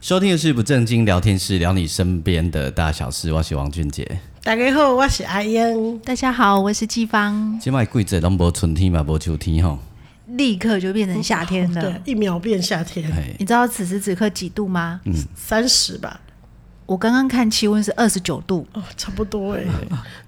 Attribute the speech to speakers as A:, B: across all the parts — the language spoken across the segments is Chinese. A: 收听的是不正经聊天室，聊你身边的大小事。我是王俊杰。
B: 大家好，我是阿英。
C: 大家好，我是季芳，
A: 今麦季节拢无春天嘛，无秋天吼。
C: 立刻就变成夏天了。
B: 哦对，一秒变夏天，
A: 嘿，
C: 你知道此时此刻几度吗？
B: 嗯三十吧，
C: 我刚刚看气温是二十九度，
B: 哦，差不多 哎、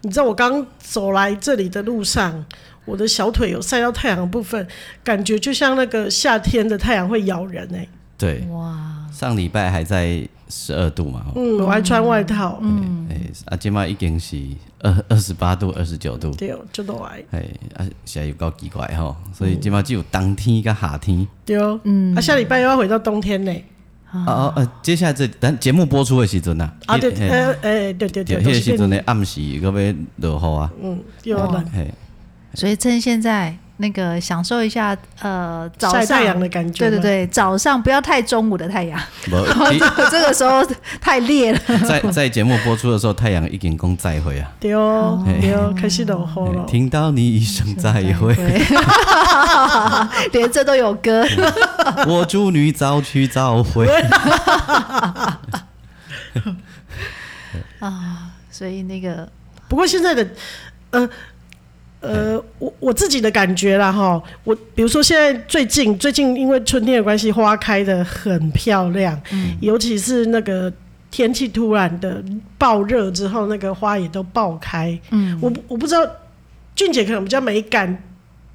B: 你知道我刚走来这里的路上，我的小腿有晒到太阳的部分，感觉就像那个夏天的太阳会咬人哎、
A: 对，
C: 哇！
A: 上礼拜还在十二度嘛。吼
B: 嗯，我还穿外套，
A: 嗯，哎，啊，今麦已经是二二十八度、二十九度。
B: 对，哦就都来
A: 哎，啊，现在有够奇怪吼，所
B: 哦
A: 以今麦只有冬天跟夏天。
B: 对，嗯，啊，下礼拜又要回到冬天嘞、
A: 哦哦呃，接下来这咱节目播出的时阵呐，
B: 啊，对，
A: 嘿
B: 呃，哎，对对
A: 对，
B: 对，
A: 迄个时阵
B: 冬
A: 的
B: 天，
A: 暗时个要落雨啊，
B: 嗯，又要
C: 哦
B: 冷，
A: 嘿，
C: 所以趁现在那个享受一下呃早
B: 晒
C: 上
B: 太阳的感觉
C: 对
B: 吗
C: 对对，早上不要太中午的太阳，
A: 无其
C: 这个时候太烈了。
A: 在在节目播出的时候，太阳已经讲再会啊，
B: 对哦，对哦，开始落雨
A: 嘿
B: 了。
A: 听到你一声再会，
C: 对连这都有歌。
A: 我祝你早去早回。
C: 所以那个
B: 不过现在的，呃呃，我我自己的感觉啦哈，我比如说现在最近最近因为春天的关系，花开的很漂亮，尤其是那个。天气突然的爆热之后，那个花也都爆开。嗯，我不我不知道，俊姐可能比较没感，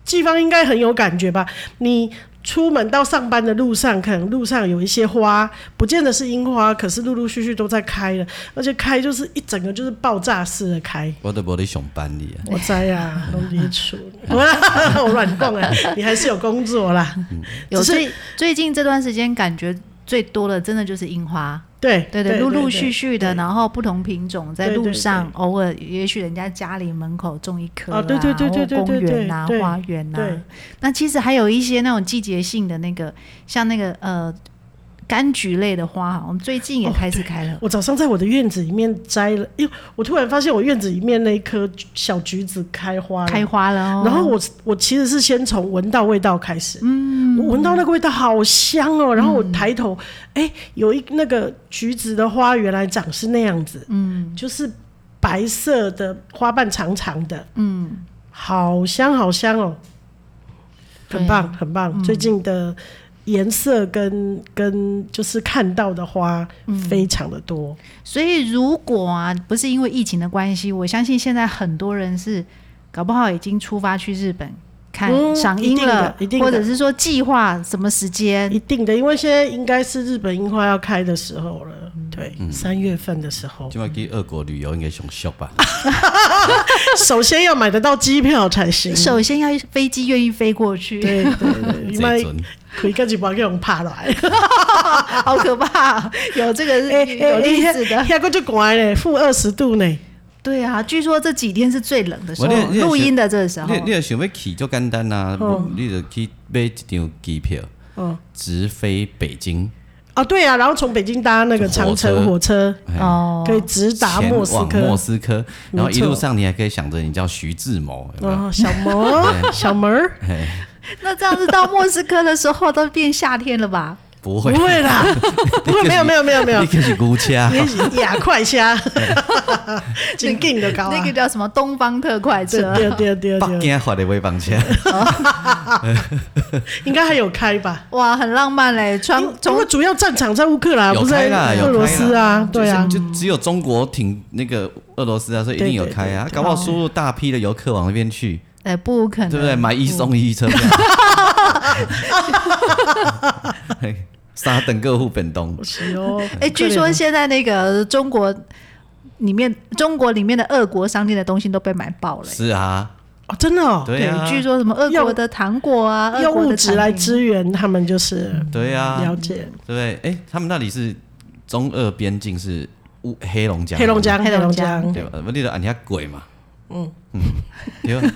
B: 季芳应该很有感觉吧？你出门到上班的路上，可能路上有一些花，不见得是樱花，可是陆陆续续都在开了，而且开就是一整个就是爆炸式的开。
A: 我都无咧上班哩啊，
B: 我在呀、啊，都离出， 我乱逛 啊，你还是有工作啦。
C: 有
B: 只是
C: 最最近这段时间感觉最多的，真的就是樱花。
B: 对
C: 对对，陆陆续续的，
B: 对
C: 然后不同品种在
B: 对对
C: 路
B: 对
C: 上，偶尔也许人家家里门口种一棵
B: 啊对
C: 啦
B: 对对对
C: 或
B: 对对
C: 公园啊
B: 对、对
C: 花园
B: 对
C: 啊。那其实还有一些那种季节性的那个，像那个呃柑橘类的花，我们最近也
B: 哦
C: 开始开了。
B: 我早上在我的院子里面摘了，因为我突然发现我院子里面那一棵小橘子开花了。
C: 开花了哦，
B: 然后我我其实是先从闻到味道开始，嗯，我闻到那个味道好香哦，然后我
C: 嗯
B: 抬头，哎、有一那个橘子的花原来长是那样子，嗯，就是白色的花瓣长长的，嗯，好香好香哦，很棒很棒，
C: 嗯
B: 最近的颜色跟跟就是看到的花
C: 嗯
B: 非常的多，
C: 所以如果啊，不是因为疫情的关系，我相信现在很多人是搞不好已经出发去日本看
B: 嗯
C: 赏
B: 一
C: 樱
B: 定的
C: 了，
B: 一定的
C: 或者是说计划什么时间
B: 一定的，因为现在应该是日本樱花要开的时候了，
C: 嗯
B: 对，三月份的时候。
A: 今麦去俄国旅游应该上俗吧？
B: 首先要买得到机票才行。
C: 首先要飞机愿意飞过去，
B: 对对对， 你
A: 这
B: 买
A: 阵
B: 可以跟几把给我们爬来。
C: 好可怕！有 这个是有例子的，
B: 哎那个就乖嘞，负二十度呢。
C: 对啊，据说这几天是最冷的时
A: 我那
C: 候，
A: 那
C: 录音的这个时候
A: 你，你若想要去就简单啊，无你就去买一张机票，
B: 哦
A: 直飞北京，
B: 哦，对啊，然后从北京搭那个长城火车，
A: 嘿
C: 哦
B: 可以直达
A: 前
B: 莫斯
A: 往莫
B: 科。
A: 斯科，然后
B: 没
A: 一
B: 错
A: 路上你还可以想着你叫徐志摩，有没有？
B: 哦，小门，小门儿，
A: 嘿
C: 那这样子到莫斯科的时候都变夏天了 吧？
A: 不
B: 不
A: 会，
B: 会 啦，不会，没有没有没有没有
A: 你，可 是孤车，
B: 也是亚快虾，紧紧的高
C: 那
B: 啊
C: 个。叫什么东方特快
B: 对
C: 车？
B: 对对对
A: 北
B: 对，
A: 京发的微房车，
B: 应该还有开吧？
C: 哇，很浪漫嘞！穿
B: 因
C: 从
B: 为主要战场在乌克兰，
A: 有
B: 不是
A: 开啦
B: 在，
A: 有
B: 俄
A: 开
B: 罗斯啊
A: 啦，
B: 对啊，
A: 就是就只有中国挺那个俄罗斯啊，所以一定有开啊，搞不好输入大批的游客往那边去，
C: 哎不可
A: 对不对？
C: 能，
A: 买一送 一车票，嘿三哎等客户本东
B: 不，是哦。
C: 哎，据
B: 可怜
C: 说
B: 哦
C: 现在那个中国里面，中国里面的俄国商店的东西都被买爆了。
A: 是啊，
B: 哦，真的哦，
A: 对啊，
C: 据说什么俄国的糖果啊，俄
B: 用
C: 国
B: 物
C: 的
B: 质
C: 产
B: 来
C: 品
B: 支援他们，就是
A: 对啊
B: 了，解
A: 对，哎，他们那里是中俄边境是乌黑龙江，
B: 黑龙江，
C: 黑
B: 黑
C: 龙
B: 龙
C: 江
B: 江。
A: 对吧？我记得俺家啊鬼嘛，嗯嗯，对吧？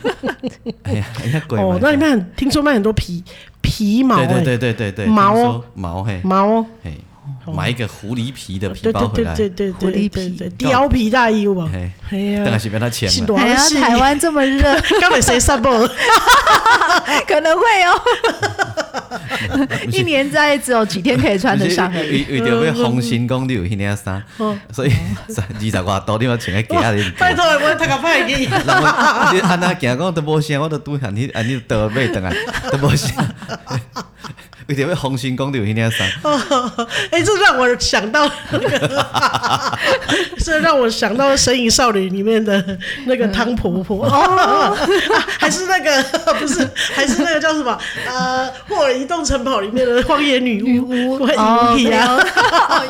A: 哎呀，俺家鬼
B: 哦
A: 嘛，，
B: 那里面很听说卖很多皮皮毛、
A: 对
B: 欸，
A: 对对对对对，
B: 毛哦
A: 听说毛嘿
B: 毛，
A: 嘿，买一个狐狸皮的皮
B: 对
A: 包
B: 对
A: 回来，
B: 对对
C: 狐狸
B: 对对
C: 皮
B: 对，貂皮大衣吧，
A: 嘿，
B: 哎
A: 当然
B: 呀，
A: 是被他钱
B: 是
A: 了，
B: 多
C: 哎呀，
B: 细，
C: 台湾这么热，
B: 刚才谁上报？
C: 可能会哦。 一年大概只有几天可以穿得上 而已。
A: 为为着要红心讲你有迄领衫，所以二十外度哎你要穿个假的。
B: 拜托，我他个派 给你，
A: 然后你安那行讲都无声，我都拄向你安你倒尾等啊，都无声。为着要红心讲你有迄领衫，
B: 哎，这让我想到那个， 这让我想到《神隐少女》里面的那个汤婆婆，
C: 嗯
B: 哦，还是那个 不是，还是那个叫什么？呃，《霍尔移动城堡》里面的荒野女
C: 女
B: 巫，
C: 巫 哦
B: 我很皮 啊，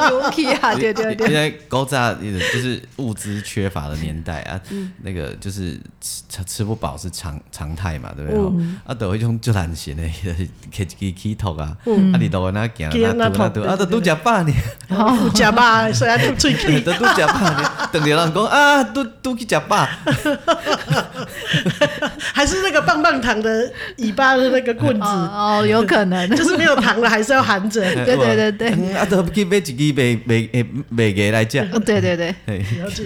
C: 尤皮 啊，对对
A: 因
C: 对，
A: 为高炸就是物资缺乏的年代啊，那个就是吃吃吃不饱是常常态嘛，对不对？啊，都有一种就懒闲的，摕一支起头啊，啊，你都那行那拄那拄，啊，都拄食饱呢。
C: 哦
B: 有假吧，谁还吐嘴
A: 欸
B: 皮？
A: 都拄食饱呢，等着人讲啊，都都去食饱，
B: 还是那个棒棒糖的尾巴的那个棍子，
C: 哦，有可 能
B: 就是没有糖了，还是要含 着。
C: 对对对对
A: 嗯啊，都去买一支卖卖诶卖鸡来食。
C: 对对对，
A: 嘿迄支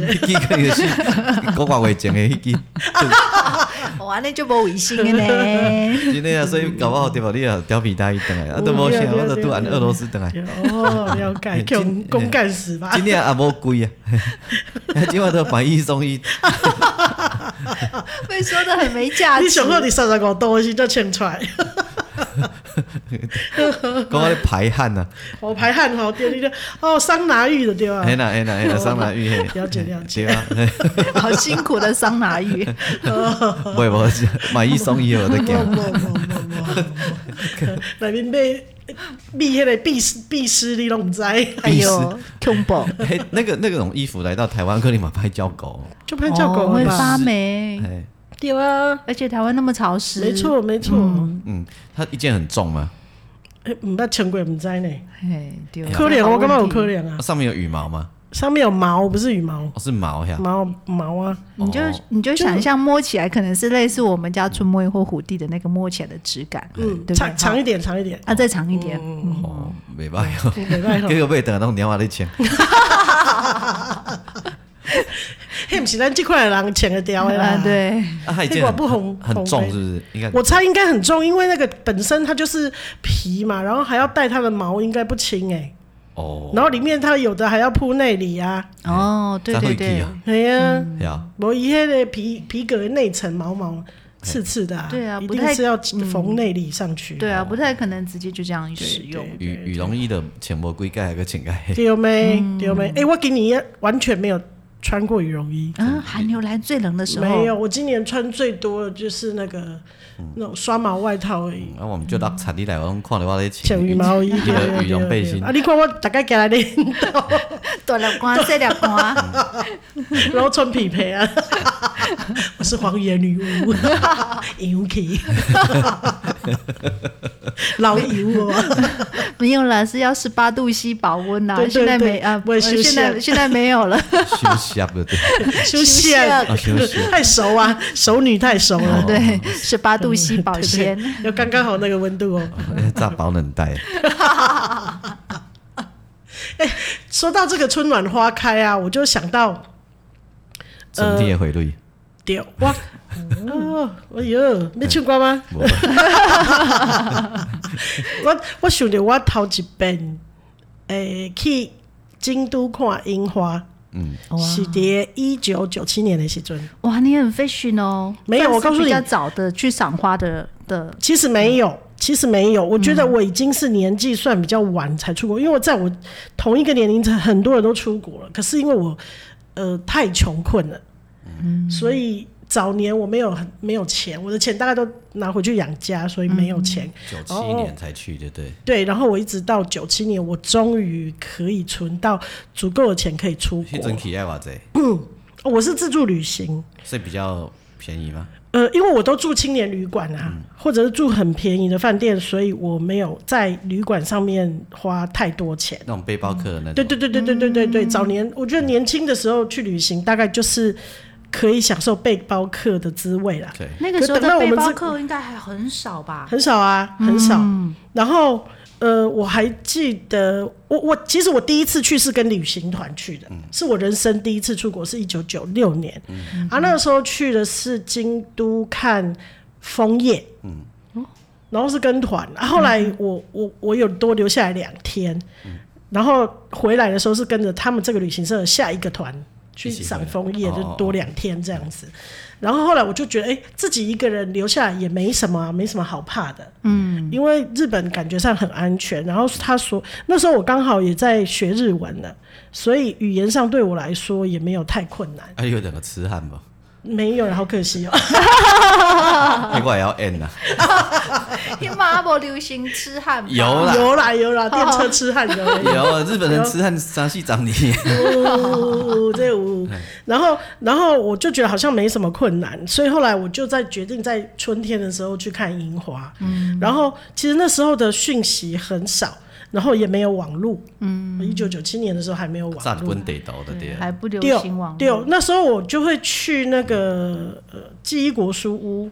A: 可能是 国外话前的迄支，
C: 哇，那哦就无违心 的呢。
A: 真的啊，所以搞不好对吧？你啊，调皮大意等来，啊都无啥，我都拄按
B: 啊
A: 俄罗斯 等来，
B: 哦，了解，公公干死吧
A: 哎今。年也无贵啊， 今晚都买一送一，
C: 被说的很没价
B: 你
C: 值
B: 想。到你三十五度的时候就请出来，
A: 讲我咧排汗啊，
B: 我哦排汗好对，你就哦桑拿浴的对吧？
A: 哎呐哎呐哎呐，桑拿浴嘿，
B: 啊了解了解
A: 对啊，
C: 好辛苦的桑拿 浴，
A: 袂无啊 买一送一我在
B: 不
A: 行，
B: 不不不不， 内面哦被避迄个避避湿你拢唔知，
C: 哎呦恐怖，
A: 哎，那个那种衣服来到台湾，克里马拍叫狗，
B: 就拍叫狗
C: 哦会
B: 了吧？
C: 发霉，
A: 哎，
B: 对啊，
C: 而且台湾那么潮湿，
B: 没错没错，
A: 嗯，它一件很重嘛，
B: 哎唔捌穿过唔知呢，
C: 嘿，对，
B: 可怜哦我
C: 这
B: 感觉
C: 个好
B: 有
C: 问题
B: 可怜啊
A: 它，上面有羽毛吗？
B: 上面有毛不是羽毛，
A: 哦，是毛
C: 嗯
A: 呀，
B: 毛毛啊，
C: 你就
A: 哦
C: 你就想象摸起来，可能是类似我们家春妹或虎弟的那个摸起来的质感，嗯，对不对
B: 长？长一点长一点，
C: 啊，再长一点，嗯
A: 哦，袂歹 哦。
B: 袂歹吼。
A: 结果要等到猫仔 咧穿，
B: 嘿，不是咱这块的人请得掉的啦
C: 啊，。，对，
A: 啊，它一
B: 结
A: 件
B: 果
A: 很
B: 不红
A: 很很
B: 红
A: 重，
B: 呗
A: 是不是？应该
B: 我猜应该很重，因为那个本身它就是皮嘛，然后还要带它的毛，应该不轻哎、
A: 哦，
B: 然后里面它有的还要铺内里啊，
C: 哦，对对
A: 这样会记
C: 对，
A: 啊，
B: 哎呀，
C: 嗯
A: 对啊，
B: 我一些的皮皮革的内层毛毛刺刺的、啊，
C: 哎对啊
B: 一
C: 不
B: 定
C: 太
B: 是要缝内里上去。
C: 对啊，不太可能直接就这样使用，
A: 羽羽绒衣的前无几盖还个前盖，
B: 丢没
C: 嗯
B: 丢没？哎、我给你完全没有穿过羽绒衣。
C: 啊，寒流来最冷的时候，
B: 没有，我今年穿最多的就是那个
A: 嗯
B: 那种刷毛外套而已。
A: 啊，我们就落产地来，我们看到我咧穿
B: 像羽毛衣，啊
A: 那
B: 对
A: 个
B: 对
A: 羽绒
B: 对
A: 背
B: 对
A: 心
B: 啊，，你看我大概给来咧，
C: 短了光，晒了光，
B: 然后穿匹配啊， 我是荒野女巫， 尤其 老油 哦，
C: 没有了，是要十八度 C 保温呐
B: 对，对
C: 现在没
B: 对
C: 啊，
B: 我也
C: 呃
B: 休息
C: 现在
B: 了
C: 现在没 有了，
A: 休息啊，对不对？
B: 休息啊
A: 啊，休哦息，
B: 太熟啊，熟女太熟了，
C: 对，十八度 C 保鲜，
B: 要刚刚好那个温度哦。
A: 炸保冷袋，
B: 说到这个春暖花开啊，我就想到
A: 整体的回
B: 呃
A: 率，
B: 丢哇，哦，哎呦，你去过吗？
A: 无
B: 我我想着我头一遍，诶、去京都看樱花，
A: 嗯
C: 哇
B: 是伫一九九七年的时阵。
C: 哇，你很 fashion 哦，
B: 没有
C: 算是
B: 我告诉你
C: 比较早的去赏花的的，
B: 其实没有，其实没有。我觉得我已经是年纪算比较晚才出国，因为我在我同一个年龄层，很多人都出国了。可是因为我呃太穷困了，所以早年我没有很没有钱，我的钱大概都拿回去养家，所以没有钱。
A: 九七
B: 哦
A: 年才去，对不对？
B: 对，然后我一直到九七年，我终于可以存到足够的钱可以出
A: 迄
B: 国
A: 阵
B: 了。
A: 去爱偌济，
B: 哦我是自助旅行，
A: 所以比较便宜吗？
B: 呃，因为我都住青年旅馆啊，或者是住很便宜的饭店，所以我没有在旅馆上面花太多钱。
A: 那种背包客的那种，
B: 对对对对对对对对，早年我觉得年轻的时候去旅行，大概就是可以享受背包客的滋味啦，
A: 对，
C: 那个时候
B: 可等到
C: 的
B: 我
C: 背
B: 们
C: 包
B: 这
C: 客应该还很少 吧？
B: 很少啊，很少。然后呃，我还记得，我我其实我第一次去是跟旅行团去的，是我人生第一次出国，是一九九六年，啊，那个时候去的是京都看枫叶，嗯。然后是跟团，啊、后来
A: 嗯
B: 我我我有多留下来两天，然后回来的时候是跟着他们这个旅行社的下一个团去
A: 一起回来
B: 赏枫叶，
A: 哦
B: 就
A: 哦哦
B: 多两天这样子。然后后来我就觉得，哎、自己一个人留下来也没什么啊、没什么好怕的。嗯，因为日本感觉上很安全。然后他说，那时候我刚好也在学日文呢，所以语言上对我来说也没有太困难。
A: 啊，有两个痴汉吧，
B: 没有，好可惜哦、
A: 那我也要 N 啊，
B: 哎
C: 天马不流行痴汉吧
A: 有 啦
B: 有啦有啦，电车痴汉有啦有啦
A: 有啊，日本人痴汉三系长你，
B: 呜，这呜，然后然后我就觉得好像没什么困难，所以后来我就在决定在春天的时候去看樱花。嗯，然后其实那时候的讯息很少，然后也没有网络。嗯，一九九七年的时候还没有
A: 炸
B: 网络。
A: 本地头的 对了，
C: 还不流
B: 对
C: 行网
B: 对哦
C: 络，，
B: 那时候我就会去那个呃记忆国书屋。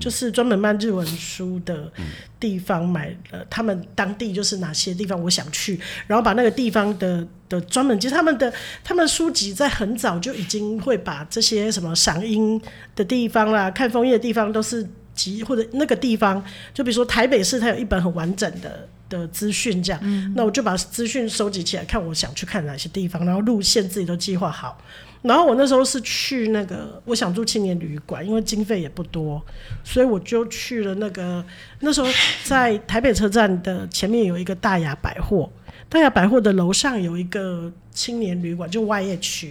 B: 就是专门卖日文书的地方买了，他们当地就是哪些地方我想去，然后把那个地方的的专门，其实他们的他们书籍在很早就已经会把这些什么赏樱的地方啦、看枫叶的地方都是集或者那个地方，就比如说台北市，它有一本很完整的。的资讯这样，那我就把资讯收集起来，看我想去看哪些地方，然后路线自己都计划好。然后我那时候是去那个，我想住青年旅馆，因为经费也不多，所以我就去了那个。那时候在台北车站的前面有一个大雅百货，大雅百货的楼上有一个青年旅馆，就 YH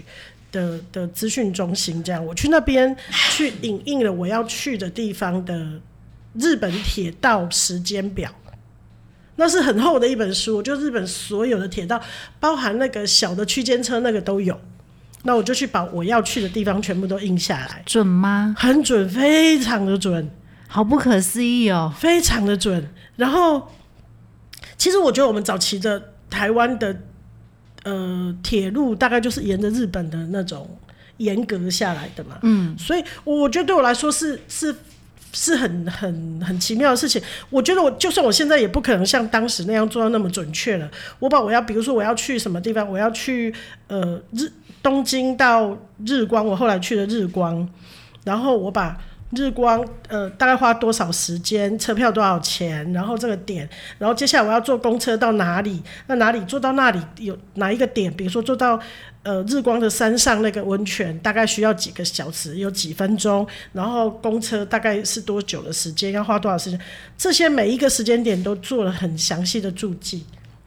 B: 的的资讯中心。这样，我去那边去影印了我要去的地方的日本铁道时间表。那是很厚的一本书，就日本所有的铁道，包含那个小的区间车那个都有。那我就去把我要去的地方全部都印下来，
C: 准吗？
B: 很准，非常的准。
C: 好不可思议哦！
B: 非常的准。然后，其实我觉得我们早期的台湾的呃铁路大概就是沿着日本的那种严格下来的嘛，嗯，所以我我觉得对我来说是是。是很很很奇妙的事情。我觉得我就算我现在也不可能像当时那样做到那么准确了。我把我要，比如说我要去什么地方，我要去呃日东京到日光，我后来去了日光，然后我把日光，呃，大概花多少时间，车票多少钱，然后这个点，然后接下来我要坐公车到哪里？那哪里坐到那里有哪一个点？比如说坐到呃日光的山上那个温泉，大概需要几个小时，有几分钟，然后公车大概是多久的时间，要花多少时间？这些每一个时间点都做了很详细的注记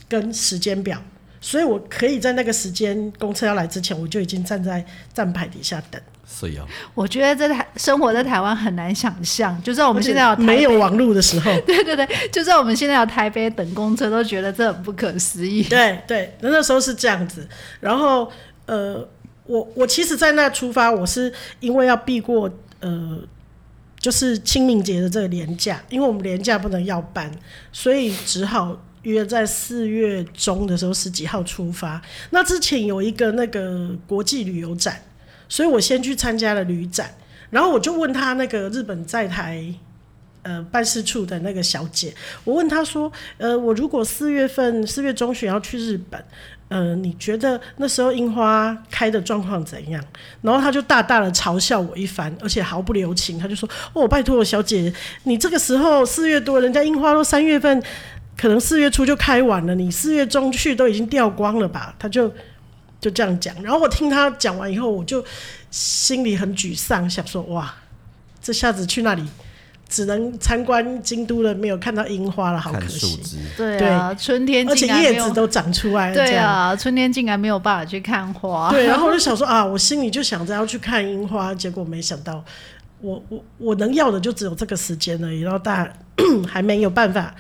B: 跟时间表。所以我可以在那个时间公车要来之前，我就已经站在站牌底下等。
A: 所以哦，
C: 我觉得在台生活在台湾很难想象，就算我们现在有
B: 而且
C: 台
B: 没有
C: 北，
B: 网络的时候，
C: 对对对，就算我们现在有台北等公车，都觉得这很不可思议。
B: 对对，那那时候是这样子。然后呃，我我其实，在那出发，我是因为要避过呃，就是清明节的这个年假，因为我们年假不能要班，所以只好。约在四月中的时候十几号出发，那之前有一个那个国际旅游展，所以我先去参加了旅展，然后我就问他那个日本在台呃办事处的那个小姐，我问她说，呃，我如果四月份四月中旬要去日本，呃，你觉得那时候樱花开的状况怎样？然后她就大大的嘲笑我一番，而且毫不留情，她就说，哦，拜托小姐，你这个时候四月多，人家樱花都三月份，可能四月初就开完了，你四月中去都已经掉光了吧？她就。就这样讲，然后我听她讲完以后，我就心里很沮丧，想说哇，这下子去那里只能参观京都了，没有看到樱花了，好可
A: 看树
B: 惜。
A: 枝，
C: 对啊，春天
B: 而且
C: 竟然没
B: 叶子
C: 有，
B: 都长出来了，这
C: 对
B: 样。
C: 啊，春天竟然没有办法去看花。
B: 对，然后我就想说啊，我心里就想着要去看樱花，结果没想到，我我我能要的就只有这个时间而已，然后大家 还没有办法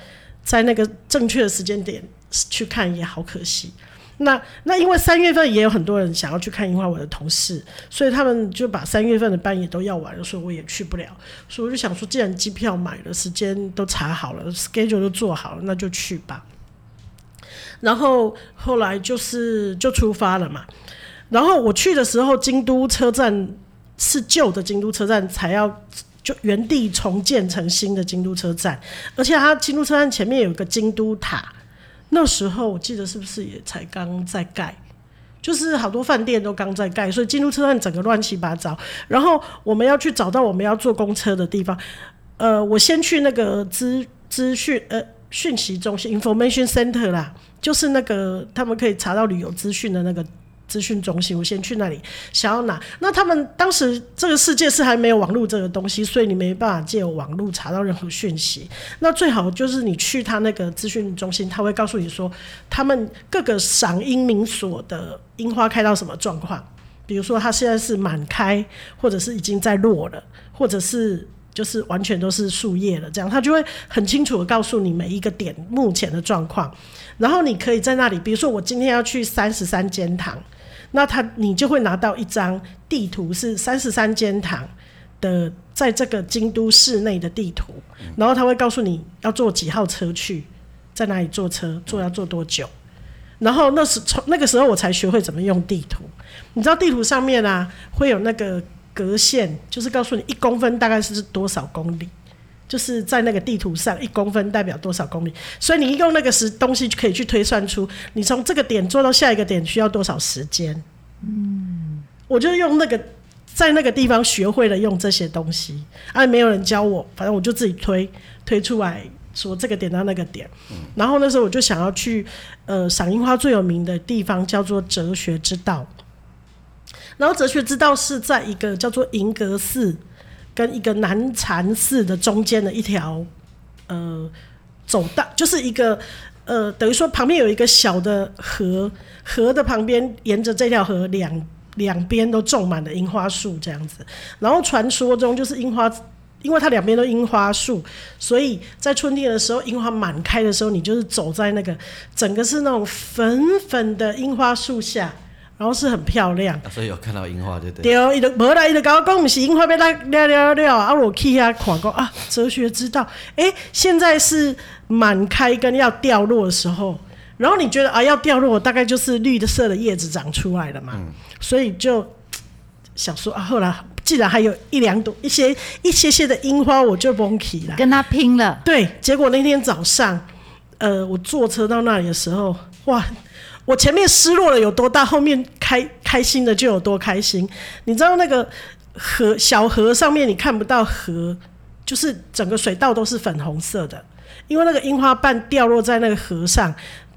B: 在那个正确的时间点去看，也好可惜。那那因为三月份也有很多人想要去看樱花，我的同事，所以他们就把三月份的班也都要完了，所以我也去不了。所以我就想说，既然机票买了，时间都查好了，schedule 都做好了，那就去吧。然后后来就是就出发了嘛。然后我去的时候，京都车站是旧的京都车站，才要就原地重建成新的京都车站，而且它京都车站前面有一个京都塔，那时候我记得是不是也才刚在盖？就是好多饭店都刚在盖，所以京都车站整个乱七八糟。然后我们要去找到我们要坐公车的地方，呃，我先去那个资资讯呃讯息中心 （information center） 啦，就是那个他们可以查到旅游资讯的那个资讯中心。我先去那里，想要拿。那他们当时这个世界是还没有网络这个东西，所以你没办法借由网络查到任何讯息。那最好就是你去他那个资讯中心，他会告诉你说他们各个赏樱民所的樱花开到什么状况。比如说，它现在是满开，或者是已经在落了，或者是就是完全都是树叶了，这样它就会很清楚的告诉你每一个点目前的状况。然后你可以在那里，比如说我今天要去三十三间堂，那它你就会拿到一张地图，是三十三间堂的在这个京都市内的地图，然后它会告诉你要坐几号车去，在哪里坐车，坐要坐多久。然后那时从那个时候我才学会怎么用地图。你知道地图上面啊会有那个格线，就是告诉你一公分大概是多少公里，就是在那个地图上一公分代表多少公里，所以你用那个时东西就可以去推算出你从这个点做到下一个点需要多少时间。嗯，我就用那个在那个地方学会了用这些东西，啊，没有人教我，反正我就自己推推出来。说这个点到那个点，然后那时候我就想要去，呃，赏樱花最有名的地方叫做哲学之道。然后哲学之道是在一个叫做银阁寺跟一个南禅寺的中间的一条呃走道，就是一个呃等于说旁边有一个小的河，河的旁边沿着这条河两两边都种满了樱花树这样子。然后传说中就是樱花。因为它两边都樱花树，所以在春天的时候，樱花满开的时候，你就是走在那个整个是那种粉粉的樱花树下，然后是很漂亮。
A: 啊所以有看到樱花就对。
B: 对，伊哦就无啦，伊就甲我讲，毋是樱花要来了了了，啊，我去遐看讲啊，哲学之道，诶、现在是满开跟要掉落的时候，然后你觉得啊要掉落，大概就是绿的色的叶子长出来了嘛，
A: 嗯
B: 所以就想说啊，后来既然还有一两朵一些一些些的樱花，我就崩起了。
C: 跟他 拼了，
B: 对，结果那天早上，呃，我坐车到那里的时候，哇，我前面失落了有多大，后面开开心的就有多开心。你知道那个河小河上面你看不到河，就是整个水道都是粉红色的，因为那个樱花瓣掉落在那个河上。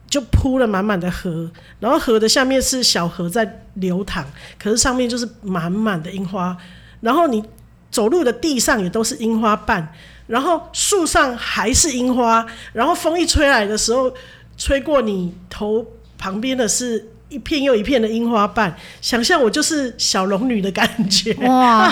B: 就铺了满满的河，然后河的下面是小河在流淌，可是上面就是满满的樱花，然后你走路的地上也都是樱花瓣，然后树上还是樱花，然后风一吹来的时候，吹过你头旁边的是一片又一片的樱花瓣，想象我就是小龙女的感觉，
C: 哇，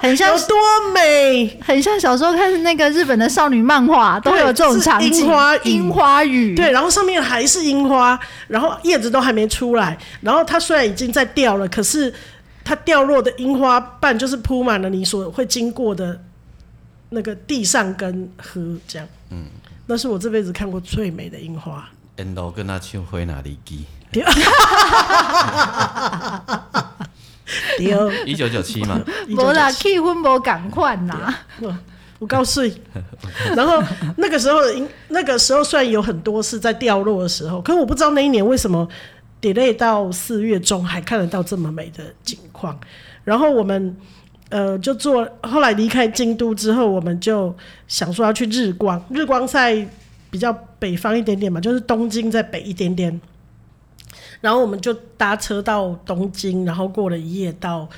C: 很像
B: 有多美！
C: 很像小时候看那个日本的少女漫画，都会有这种
B: 对
C: 场景，
B: 是樱花雨
C: 樱花雨，
B: 对，然后上面还是樱花，然后叶子都还没出来，然后它虽然已经在掉了，可是它掉落的樱花瓣就是铺满了你所会经过的那个地上跟河，这样，嗯，那是我这辈子看过最美的樱花。
A: 因都跟他去回哪里 机？
B: 对，
A: 一九九七嘛，
C: 无啦，气氛无赶快呐，
B: 我 我告诉你，然后那个时候的樱，那个时候虽然有很多是在掉落的时候，可是我不知道那一年为什么 delay 到四月中还看得到这么美的景况。然后我们呃就做，后来离开京都之后，我们就想说要去日光，日光在比较北方一点点嘛，就是东京在北一点点。然后我们就搭车到东京，然后过了一夜到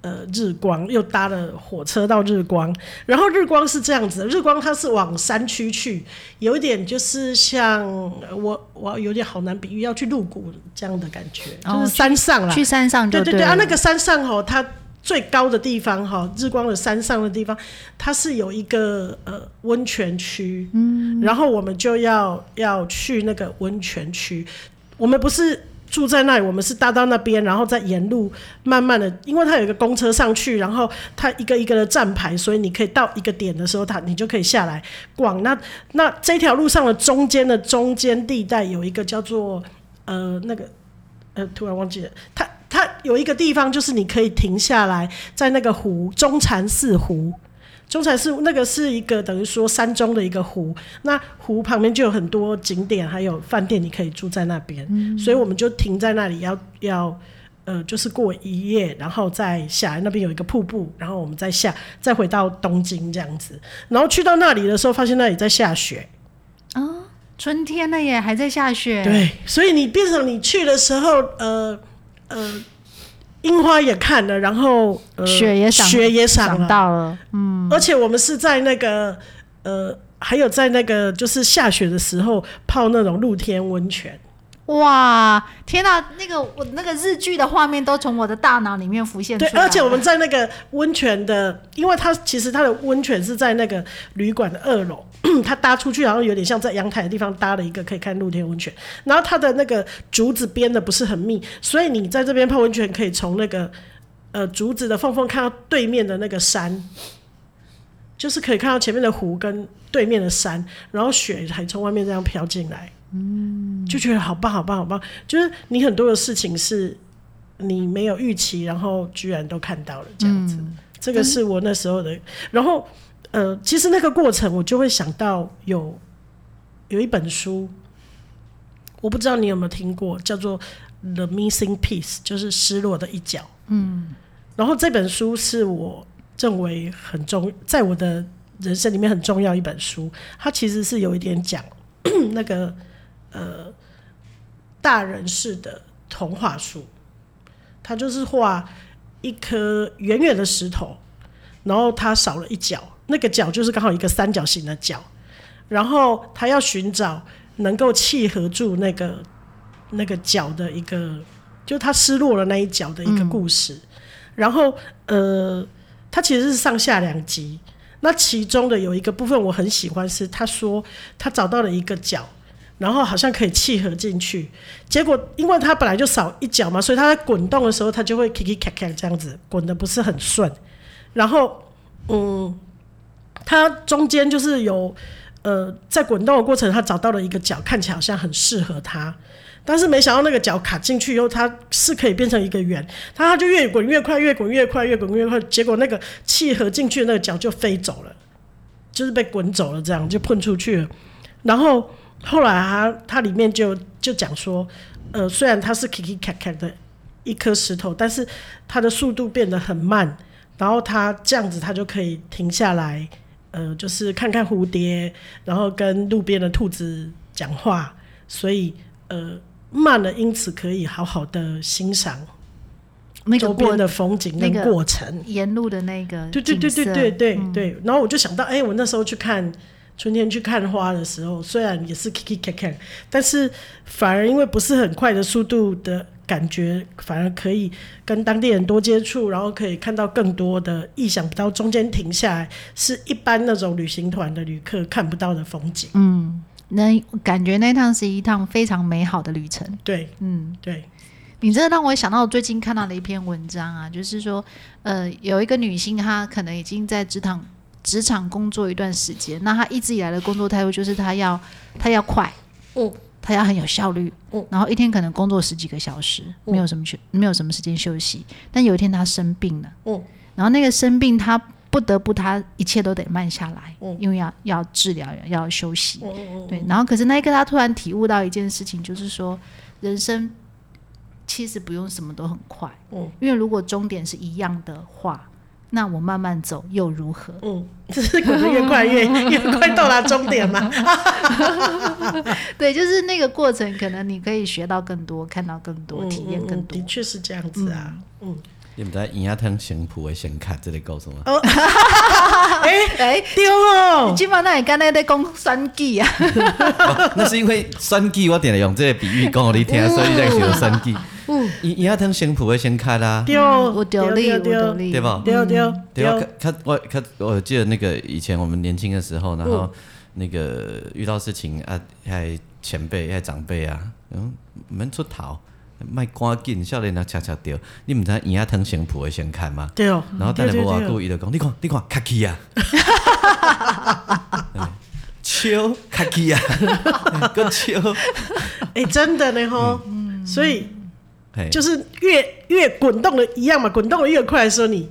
B: 呃日光，又搭了火车到日光。然后日光是这样子，日光它是往山区去，有一点就是像呃我我有点好难比喻，要去鹿谷这样的感觉，
C: 哦
B: 就是山上啦。
C: 去山上就
B: 对对
C: 对
B: 啊，那
C: 了
B: 个山上哦，它最高的地方哈、哦，日光的山上的地方，它是有一个呃温泉区，嗯，然后我们就要要去那个温泉区，我们不是住在那里，我们是搭到那边，然后再沿路慢慢的，因为它有一个公车上去，然后它一个一个的站牌，所以你可以到一个点的时候，它你就可以下来逛。那那这条路上的中间的中间地带有一个叫做呃那个呃，突然忘记了，它它有一个地方就是你可以停下来，在那个湖中禅寺湖。中禅寺那个是一个等于说山中的一个湖，那湖旁边就有很多景点，还有饭店，你可以住在那边，所以我们就停在那里要要呃，就是过一夜，然后再下来那边有一个瀑布，然后我们再下，再回到东京这样子。然后去到那里的时候，发现那里在下雪，
C: 哦，春天了耶，还在下雪。，
B: 对，所以你变成你去的时候，呃呃，樱花也看了，然后、呃、
C: 雪也赏
B: 雪也赏
C: 想
B: 了，
C: 到了，嗯
B: 而且我们是在那个呃，还有在那个就是下雪的时候泡那种露天温泉，
C: 哇！天哪、那个我那个日剧的画面都从我的大脑里面浮现出
B: 对，
C: 来。
B: 而且我们在那个温泉的，因为它其实它的温泉是在那个旅馆的二楼， 它搭出去，然后有点像在阳台的地方搭了一个可以看露天温泉，然后它的那个竹子编的不是很密，所以你在这边泡温泉可以从那个呃竹子的缝缝看到对面的那个山。就是可以看到前面的湖跟对面的山，然后雪还从外面这样飘进来，嗯，就觉得好棒好棒好棒。就是你很多的事情是你没有预期，然后居然都看到了这样子。这个是我那时候的。然后呃，其实那个过程我就会想到有有一本书，我不知道你有没有听过，叫做《The Missing Piece》，就是失落的一角。嗯，然后这本书是我认为很重，在我的人生里面很重要一本书。它其实是有一点讲 那个呃大人式的童话书，它就是画一颗圆圆的石头，然后它少了一角，那个角就是刚好一个三角形的角，然后他要寻找能够契合住那个那个角的一个，就他失落了那一角的一个故事。然后呃，它其实是上下两集。那其中的有一个部分我很喜欢，是他说他找到了一个角，然后好像可以契合进去。结果因为他本来就少一角嘛，所以他在滚动的时候，他就会 k i k i k a 这样子滚的不是很顺。然后嗯，他中间就是有呃，在滚动的过程，他找到了一个角，看起来好像很适合他，但是没想到那个角卡进去以后，它是可以变成一个圆，它它就越滚越快，越滚越快，越滚越快，结果那个气合进去的那个角就飞走了，就是被滚走了，这样就喷出去了。然后后来他他里面就就讲说，呃，虽然它是 kiki k a 的一颗石头，但是它的速度变得很慢，然后它这样子它就可以停下来。呃，就是看看蝴蝶，然后跟路边的兔子讲话，所以呃慢了，因此可以好好的欣赏
C: 那个
B: 周
C: 过
B: 边的风景
C: 那
B: 跟
C: 个
B: 过程。
C: 沿路的那个
B: 对对对
C: 景
B: 对
C: 色嗯
B: 对对对。然后我就想到，哎、我那时候去看春天去看花的时候，虽然也是 kiki k k 但是反而因为不是很快的速度的感觉，反而可以跟当地人多接触，然后可以看到更多的意想不到，中间停下来是一般那种旅行团的旅客看不到的风景。
C: 能感觉嗯那趟是一趟非常美好的旅程。
B: 对
C: 嗯，
B: 对，
C: 你这让我想到我最近看到的一篇文章啊，就是说，呃，有一个女性，她可能已经在职场职场工作一段时间，那她一直以来的工作态度就是她要她要快，
B: 嗯，
C: 她要很有效率，
B: 嗯，
C: 然后一天可能工作十几个小时，没有什么去没有什么时间休息，但有一天她生病了，
B: 嗯，
C: 然后那个生病她不得不她一切都得慢下来，
B: 嗯
C: 因为要要治疗要休息，
B: 嗯嗯嗯，
C: 对，然后可是那一刻他突然体悟到一件事情，就是说人生其实不用什么都很快，
B: 嗯，
C: 因为如果终点是一样的话，那我慢慢走又如何？
B: 嗯，只是滚得越快越越快到达终点嘛。
C: 对，就是那个过程，可能你可以学到更多，看到更多，
B: 嗯
C: 体验更多
B: 的。确是这样子啊。嗯，
A: 你们在营养汤行谱的先看这里告诉我，
B: 哦哎、
C: 哎、
B: 丢哦，
C: 基本上你刚才在讲酸计啊，
A: 那是因为选举我点了用这个比喻 讲给你
B: 嗯
A: 听，所以才学选举。营营养汤行谱的先看啦，
B: 丢，
C: 嗯我丢力，我丢力，
A: 对吧？
B: 丢丢
A: 对啊
B: 丢，，
A: 看看我看我记得那个以前我们年轻的时候，然
B: 嗯
A: 后那个遇到事情啊，还前辈还长辈啊，嗯，我们出逃，卖赶紧，少年人恰恰着，你毋知影仔汤成铺的先开吗？
B: 对哦，
C: 嗯
A: 然后等下
B: 对
A: 无
B: 对
A: 偌
B: 对
A: 久，伊就讲，你看，你看，卡 起啊， 笑卡 起啊， 个笑，
B: 哎、真的呢吼，所以
A: 嘿
B: 就是越越滚动的一样嘛，滚动的越快的时候，你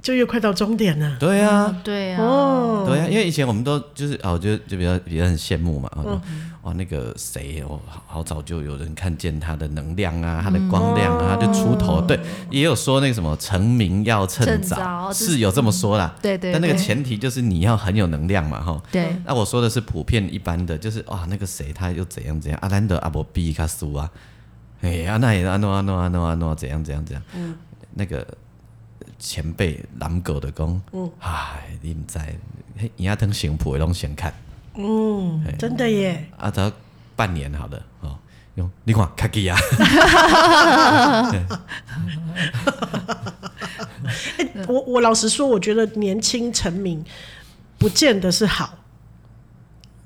B: 就越快到终点了。
A: 对啊，
C: 对啊，
B: 哦，
A: 对啊，因为以前我们都就是啊，我觉得就比较比较很羡慕嘛，啊，
C: 嗯
A: 哇，那个谁哦，好好早就有人看见他的能量啊，
C: 嗯
A: 他的光亮
C: 哦
A: 啊，他就出头。对，也有说那个什么成名要趁
C: 趁
A: 早，
C: 早这
A: 是有这么说啦。
C: 对对
A: 但那个
C: 对
A: 前提就是你要很有能量嘛，哦哈。
C: 对，
A: 那我说的是普遍一般的，就是哇，那个谁他又怎样怎样，阿兰德阿伯比卡苏啊，哎呀，那啊也阿诺阿诺阿诺阿诺怎样怎样怎样，那个前辈蓝狗的讲，哎，你唔知，嘿，伊阿腾行普的拢先看，
B: 嗯，真的耶，
A: 啊，只要半年好了哦，用你看啊卡基亚，
B: 哎、我我老实说，我觉得年轻成名不见得是好。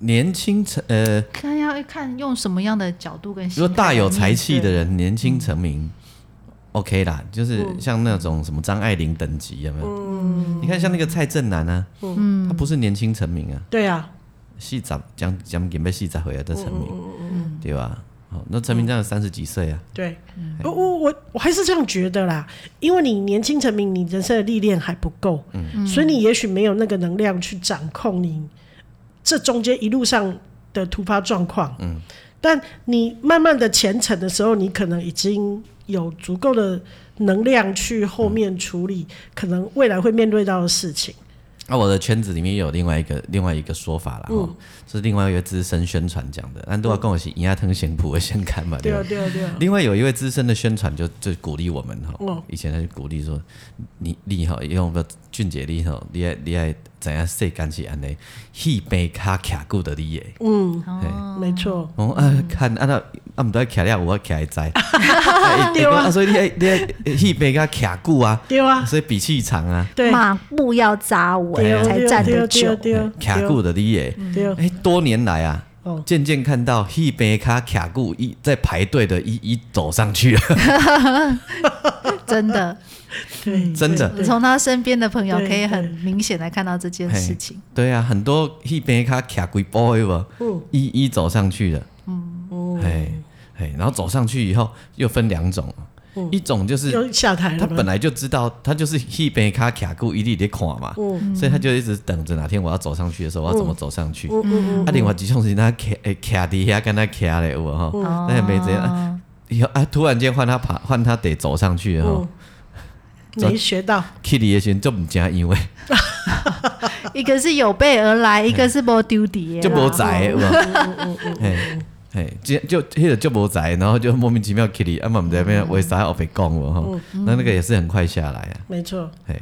A: 年轻成呃，
C: 看要看用什么样的角度跟
A: 如果
C: 心态
A: 大有
C: 来面
A: 才气的
C: 对，
A: 人，年轻
B: 嗯
A: 成名，OK 啦，就是像那种什么张爱玲等级有没有？
B: 嗯
A: 你看像那个蔡正南啊，他不是年轻成名啊，
B: 对啊，
A: 戏长讲讲给被戏长回来的成
B: 嗯
A: 名，对吧？好，那陈明章有三十几岁啊，
B: 对，
D: 嗯
B: 我我我我还是这样觉得啦，因为你年轻成名，你人生的历练还不够，
D: 嗯
B: 所以你也许没有那个能量去掌控你这中间一路上的突发状况，嗯，但你慢慢的前程的时候，你可能已经有足够的能量去后面处理可能未来会面对到的事情，
A: 那、啊我的圈子里面也有另外一个另外一个说法啦，
B: 嗯
A: 哦，是另外一位资深宣传讲的，安都要跟我是银亚腾行普的先看嘛，
B: 对
A: 对吧
B: 啊，？对啊，对啊，
A: 另外有一位资深的宣传就就鼓励我们哈、
B: 嗯
A: 以前他就鼓励说，你你哈用个俊杰你哈，你爱你爱怎样世间是安尼，戏被卡卡固的你耶，
B: 嗯，
C: 哦
B: 没错，
A: 哦啊看啊那啊唔知卡了我卡 知，哎
B: 对啊
A: 所以你爱你爱戏被卡卡固啊，
B: 对啊，
A: 所以脾气长啊，
B: 对，
D: 马步要扎
B: 对
D: 稳
B: 啊，
D: 才
B: 对啊，
D: 站
B: 对啊，
D: 得
B: 对啊，
D: 久。
B: 对啊，
A: 卡固的你耶，
B: 对啊，
A: 哎多年来啊
B: 哦。
A: 渐渐看到戏被卡卡固一在排队的一一走上去啊了，
C: 真的，
B: 对，
A: 真的。
D: 嗯
C: 你从他身边的朋友
B: 对
C: 可以很
B: 对
C: 明显的看到这件
A: 嘿
C: 事情。
A: 对啊，很多一边卡卡鬼 boy 吧，
B: 嗯
A: 一一走上去的，
B: 哦，
A: 哎哎，然后走上去以后又分两种，
B: 嗯
A: 一种就是
B: 又下台了
A: 他
B: 吗
A: 本来就知道他就是一边卡卡故一力的看嘛，
B: 嗯
A: 所以他就一直等着哪天我要走上去的时候，我要怎么走上去？
B: 嗯嗯嗯，
A: 啊，另外几种是哎他卡诶卡底下跟他卡嘞，我哈，
B: 嗯
A: 那也没怎样啊。以后啊，突然间换他爬，换他得走上去哈
B: 嗯没学到，
A: ，Kitty 也先就唔加因为
C: 一个是有备而来，一个是没丢底，
A: 就无在，有无？
B: 嗯嗯嗯嗯，
A: 嘿，嘿，就就迄个就无在，然后就莫名其妙 Kitty，啊嘛唔知边为啥我被讲了吼，那那个也是很快下来啊，
B: 没错，
A: 嘿，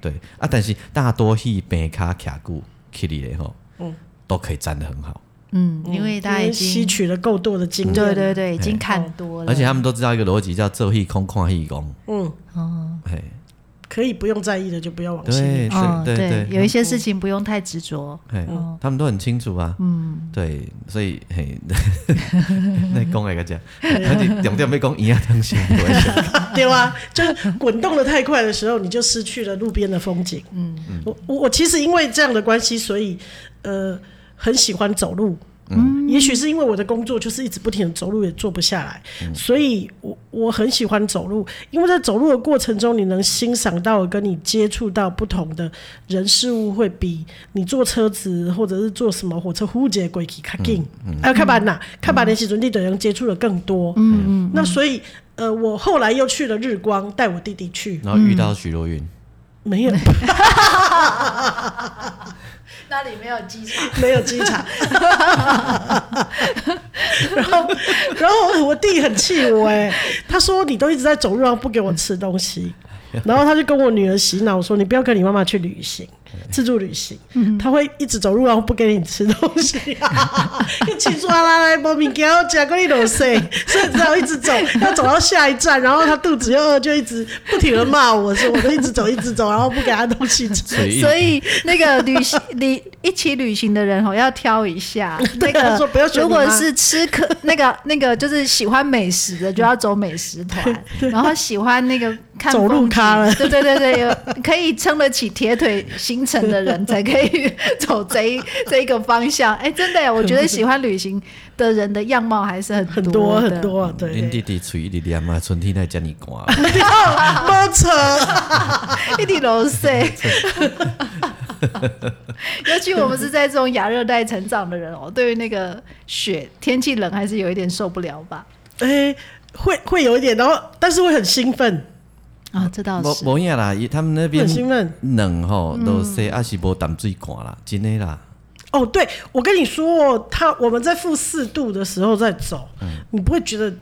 A: 对啊，但是大多戏边卡卡固 Kitty 嘞吼，都可以站得很好，
C: 嗯，因为他已
B: 吸
C: 经
B: 取了够多的经验，
C: 对对对，已经
A: 嘿
C: 看多了，
A: 而且他们都知道一个逻辑叫做戏空看戏功，
B: 嗯，
A: 嘿，
B: 可以不用在意的就不
A: 哦
B: 要往心里
A: 对
B: 去，
C: 嗯，
A: 对
C: 对，有
A: 对，
C: 一些事情不用太执着。
A: 嘿，他们都很清楚啊，嗯，对，所以嘿，那讲来个 讲，而且重点要讲一样东西，
B: 对吧？就是滚动的太快的时候，你就失去了路边的风景。嗯，我我我其实因为这样的关系，所以呃，很喜欢走路。嗯，也许是因为我的工作就是一直不停的走路，也坐不下来，所以我我很喜欢走路，因为在走路的过程中，你能欣赏到跟你接触到不同的人事物，会比你坐车子或者是坐什么火车忽节轨去较紧，还有看板呐，看板的时候你就能接触的更多。嗯嗯，那所以呃，我后来又去了日光，带我弟弟去，
A: 然后遇到许若云，
B: 没有
C: 那里没有机场，
B: 没有机场。然后，然后我弟很气我哎、他说你都一直在走路，然后不给我吃东西。然后他就跟我女儿洗脑说：“你不要跟你妈妈去旅行，自助旅行，他会一直走路，然后不给你吃东 西、啊，又气抓拉来波米给我讲过一种谁，所以只好一直走，要走到下一站，然后他肚子又饿，就一直不停的骂我说：我都一直走，一直走，然后不给他东西吃。
A: 所以
C: 所以那个 旅行旅一起旅行的人哦，要挑一下。那
B: 对
C: 个
B: 他说不要选
C: 如
B: 你妈
C: 果是吃 可那个那个就是喜欢美食的，就要走美食团，然后喜欢那个看
B: 走路
C: 风景
B: 咖了
C: 对对对对，有可以撑得起铁腿行程的人才可以走这一这一个方向。哎，真的耶，我觉得喜欢旅行的人的样貌还是很
B: 很多
C: 的
B: 很。多啊，
A: 恁
B: 对，
A: 弟弟嘴一直念啊，春天来遮尔寒。
B: 没扯，
C: 一滴楼水。 尤其我们是在这种亚热带成长的人哦，对于那个雪天气冷还是有一点受不了吧？
B: 哎，会会有一点，然后但是会很兴奋，
C: 啊，这倒
A: 无
C: 是。
A: 无影啦，伊他们那
B: 会
A: 边
B: 很兴奋。
A: 冷吼，落
B: 嗯
A: 雪还是无淡水寒啦，真的啦。
B: 哦，对，我跟你说，他我们在负四度的时候在走，
A: 嗯
B: 你不会觉得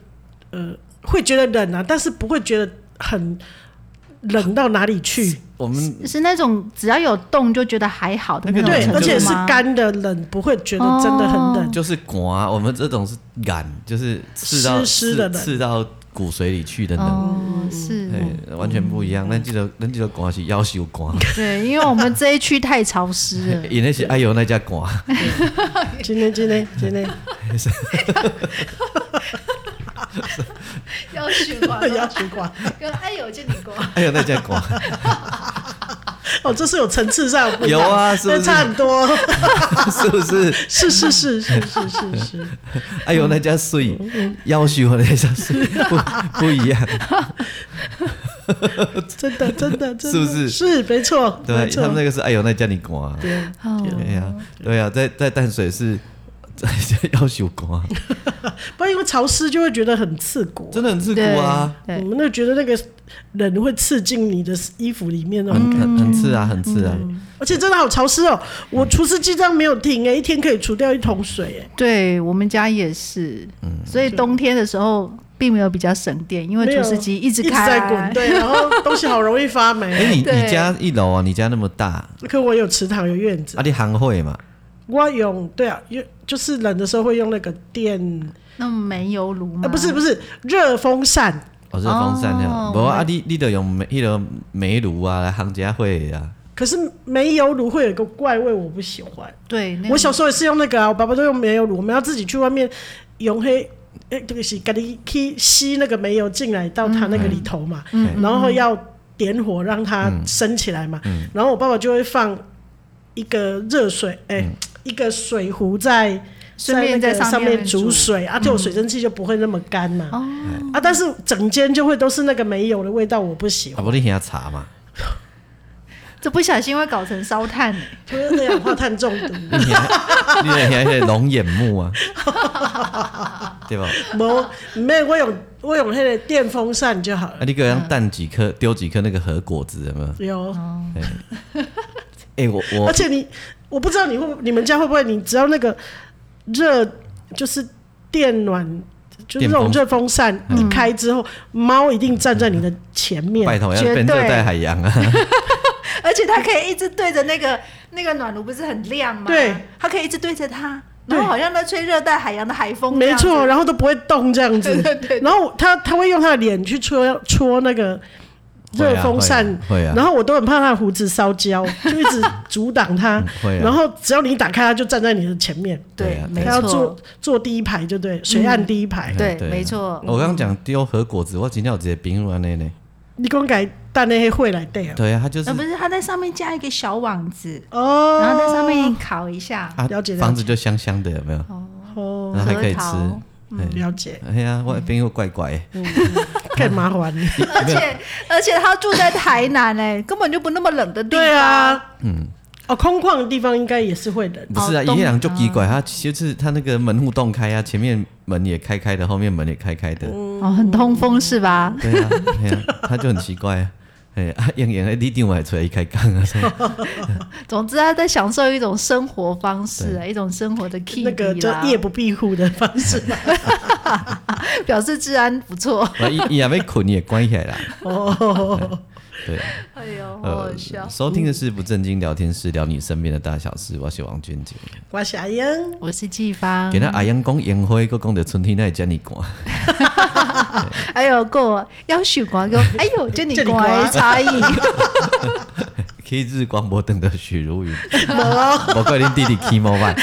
B: 呃会觉得冷啊，但是不会觉得很冷到哪里去。
A: 我们
C: 是那种只要有动就觉得还好的那种
A: 那个
B: 对
C: 程，度
B: 而且是
C: 吗
B: 干的冷，不会觉得真的很冷。
A: 就是寒，啊我们这种是感，就是刺到
B: 湿湿的
A: 刺
B: 冷
A: 刺到骨髓里去的冷，
C: 哦，是
A: 对，完全不一
B: 嗯
A: 样。咱记得咱记得寒是要求 寒，。
C: 对，因为我们这一区太潮湿了
A: 因那是哎呦那家寒，
B: 今天今天今天
C: 要循 环
A: 啊
B: 要血管
C: 跟哎呦见你过，
A: 哎呦那家寒，
B: 哦，这是有层次上的不一
A: 有
B: 样，
A: 啊，是不
B: 那差很
A: 是？
B: 多。
A: 是不是？
B: 是是是是是是 是，
A: 哎呦那家水，
B: 嗯
A: 要求那家水 不不一样，
B: 真的真的真的
A: 是不是
B: 是没错，
A: 对
B: 没
A: 他们
B: 错
A: 那。个是哎呦那家你寒。
B: 对
C: 哦
A: 对呀、对呀、在在淡水是 要修光啊，
B: 不然因为潮湿就会觉得很刺骨啊。
A: 真的很刺骨
C: 对
A: 啊，
B: 我
C: 对，
B: 们那觉得那个人会刺进你的衣服里面哦，
A: 很很很刺啊，很刺啊。
B: 而且真的好潮湿哦。我除湿机这样没有停哎、一天可以除掉一桶水哎、
C: 对我们家也是，
A: 嗯
C: 所以冬天的时候并没有比较省电，因为
B: 没
C: 除
B: 有
C: 湿机一直
B: 一直
C: 开，啊
B: 在滚， 对，然后东西好容易发
A: 哎、
B: 霉。
A: 你
C: 对
A: 你家一楼啊，你家那么大，啊，
B: 可我有池塘有院子，
A: 你行会嘛？
B: 我用对啊，用就是冷的时候会用那个电，
C: 那煤油炉吗？
B: 啊不是不是热风扇，
A: 哦，这个风扇
C: 哦
A: 呀，无、啊，你你得用煤迄个煤炉啊来行家会啊。
B: 可是煤油炉会有一个怪味，我不喜欢。
C: 对，那
B: 我
C: 个
B: 小时候也是用那个啊，我爸爸都用煤油炉，我们要自己去外面用黑。哎，对不起，赶紧去吸那个煤油进来到它那个里头嘛，
A: 嗯
B: 然后要点火让它升起来嘛，然后我爸爸就会放一个热水，哎、一个水壶在
C: 顺便
B: 在
C: 在
B: 那个上
C: 面
B: 面煮水，啊，就有水蒸气就不会那么干嘛，
C: 哦，
B: 啊，但是整间就会都是那个煤油的味道，我不喜
A: 啊，
B: 欢，
A: 无你遐查嘛，
C: 这不小心会搞成烧炭欸
B: 就是二氧化碳中毒，
A: 你遐你遐遐个龙眼木啊， 对啊吧？
B: 没没有我有我有那个电风扇就好了
A: 啊，。你个人蛋几颗，丢几颗那个核果子有没有？
B: 有，
A: 哎、我我
B: 而且你，我不知道你会不你们家会不会，你只要那个热就是电暖，就是
A: 电
B: 那种
A: 风
B: 热风扇
A: 嗯
B: 一开之后，猫一定站在你的前
A: 拜
B: 面。
A: 托要
C: 绝
A: 变热
C: 对
A: 带海洋啊。
C: 而且它可以一直对着那个那个暖炉，不是很亮吗？
B: 对，
C: 它可以一直对着它，
B: 对
C: 然后好像在吹热带海洋的海风这
B: 没
C: 样子，
B: 错，然后都不会动这样子。 然后它它会用它的脸去戳戳那个
A: 会啊
B: 热风扇，
A: 会啊，会啊
B: 然后我都很怕它的胡子烧 焦，就一直阻挡它。
A: 嗯会啊
B: 然后只要你一打开，它就站在你的前面，
A: 对
C: 对
A: 啊，
C: 没
B: 它
A: 对
B: 要
C: 错
B: 坐，坐第一排，就对，水
C: 嗯
B: 岸第一排。
C: 对，
A: 对啊
C: 没错，
A: 我刚刚讲丢核果子，我今天有直接冰入安内呢。
B: 你讲改带那些会来对啊？
A: 对啊，它就是
C: 呃，不是，它在上面加一个小网子，
B: 哦，
C: 然后在上面烤一下，
A: 啊
B: 了解了解
A: 房子就香香的，有没有？
B: 哦，
A: 然后还可以
C: 核
A: 吃
C: 桃。嗯
B: 了解，
A: 哎呀，我冰又怪怪的，
B: 更麻烦。
C: 而且而且他住在台南哎，根本就不那么冷的地方。
B: 对，啊，嗯，哦，空旷的地方应该也是会冷。
A: 不是啊，
C: 东
A: 一样就奇
C: 哦
A: 怪，它就是它那个门户洞开啊，前面门也开开的，后面门也开开的，
C: 哦，很通风是吧？
A: 对啊，对啊，它就很奇怪啊。哎，啊，用用的你另外出来一开杠啊，
C: 总之他在享受一种生活方式啊，一种生活的 key
B: 那个就
C: 啦，
B: 夜不闭户的方式 吧。
C: 表示治安不错。
A: 啊，伊伊也要困，你也关起来啦。
B: 哦，
A: 对，
C: 哎呦，好
A: 呃
C: 好笑，。
A: 收听的是不正经聊天室，聊你身边的大小事。我是王俊杰，
B: 我是阿英，
C: 我是季芳
A: 给，那阿阳讲烟灰，佮讲到春天那会遮尔寒。
C: 哎呦，过要许光哥，哎呦，就你
B: 这你
C: 乖
B: 乖
C: 差异，
A: K 日光波等的许茹芸，无怪恁弟弟 K 莫办，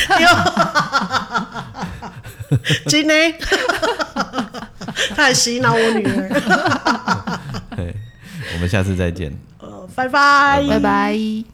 B: 真的， 他还洗脑我女 儿，
A: 我们下次再见。
B: 呃，拜拜，
C: 拜拜。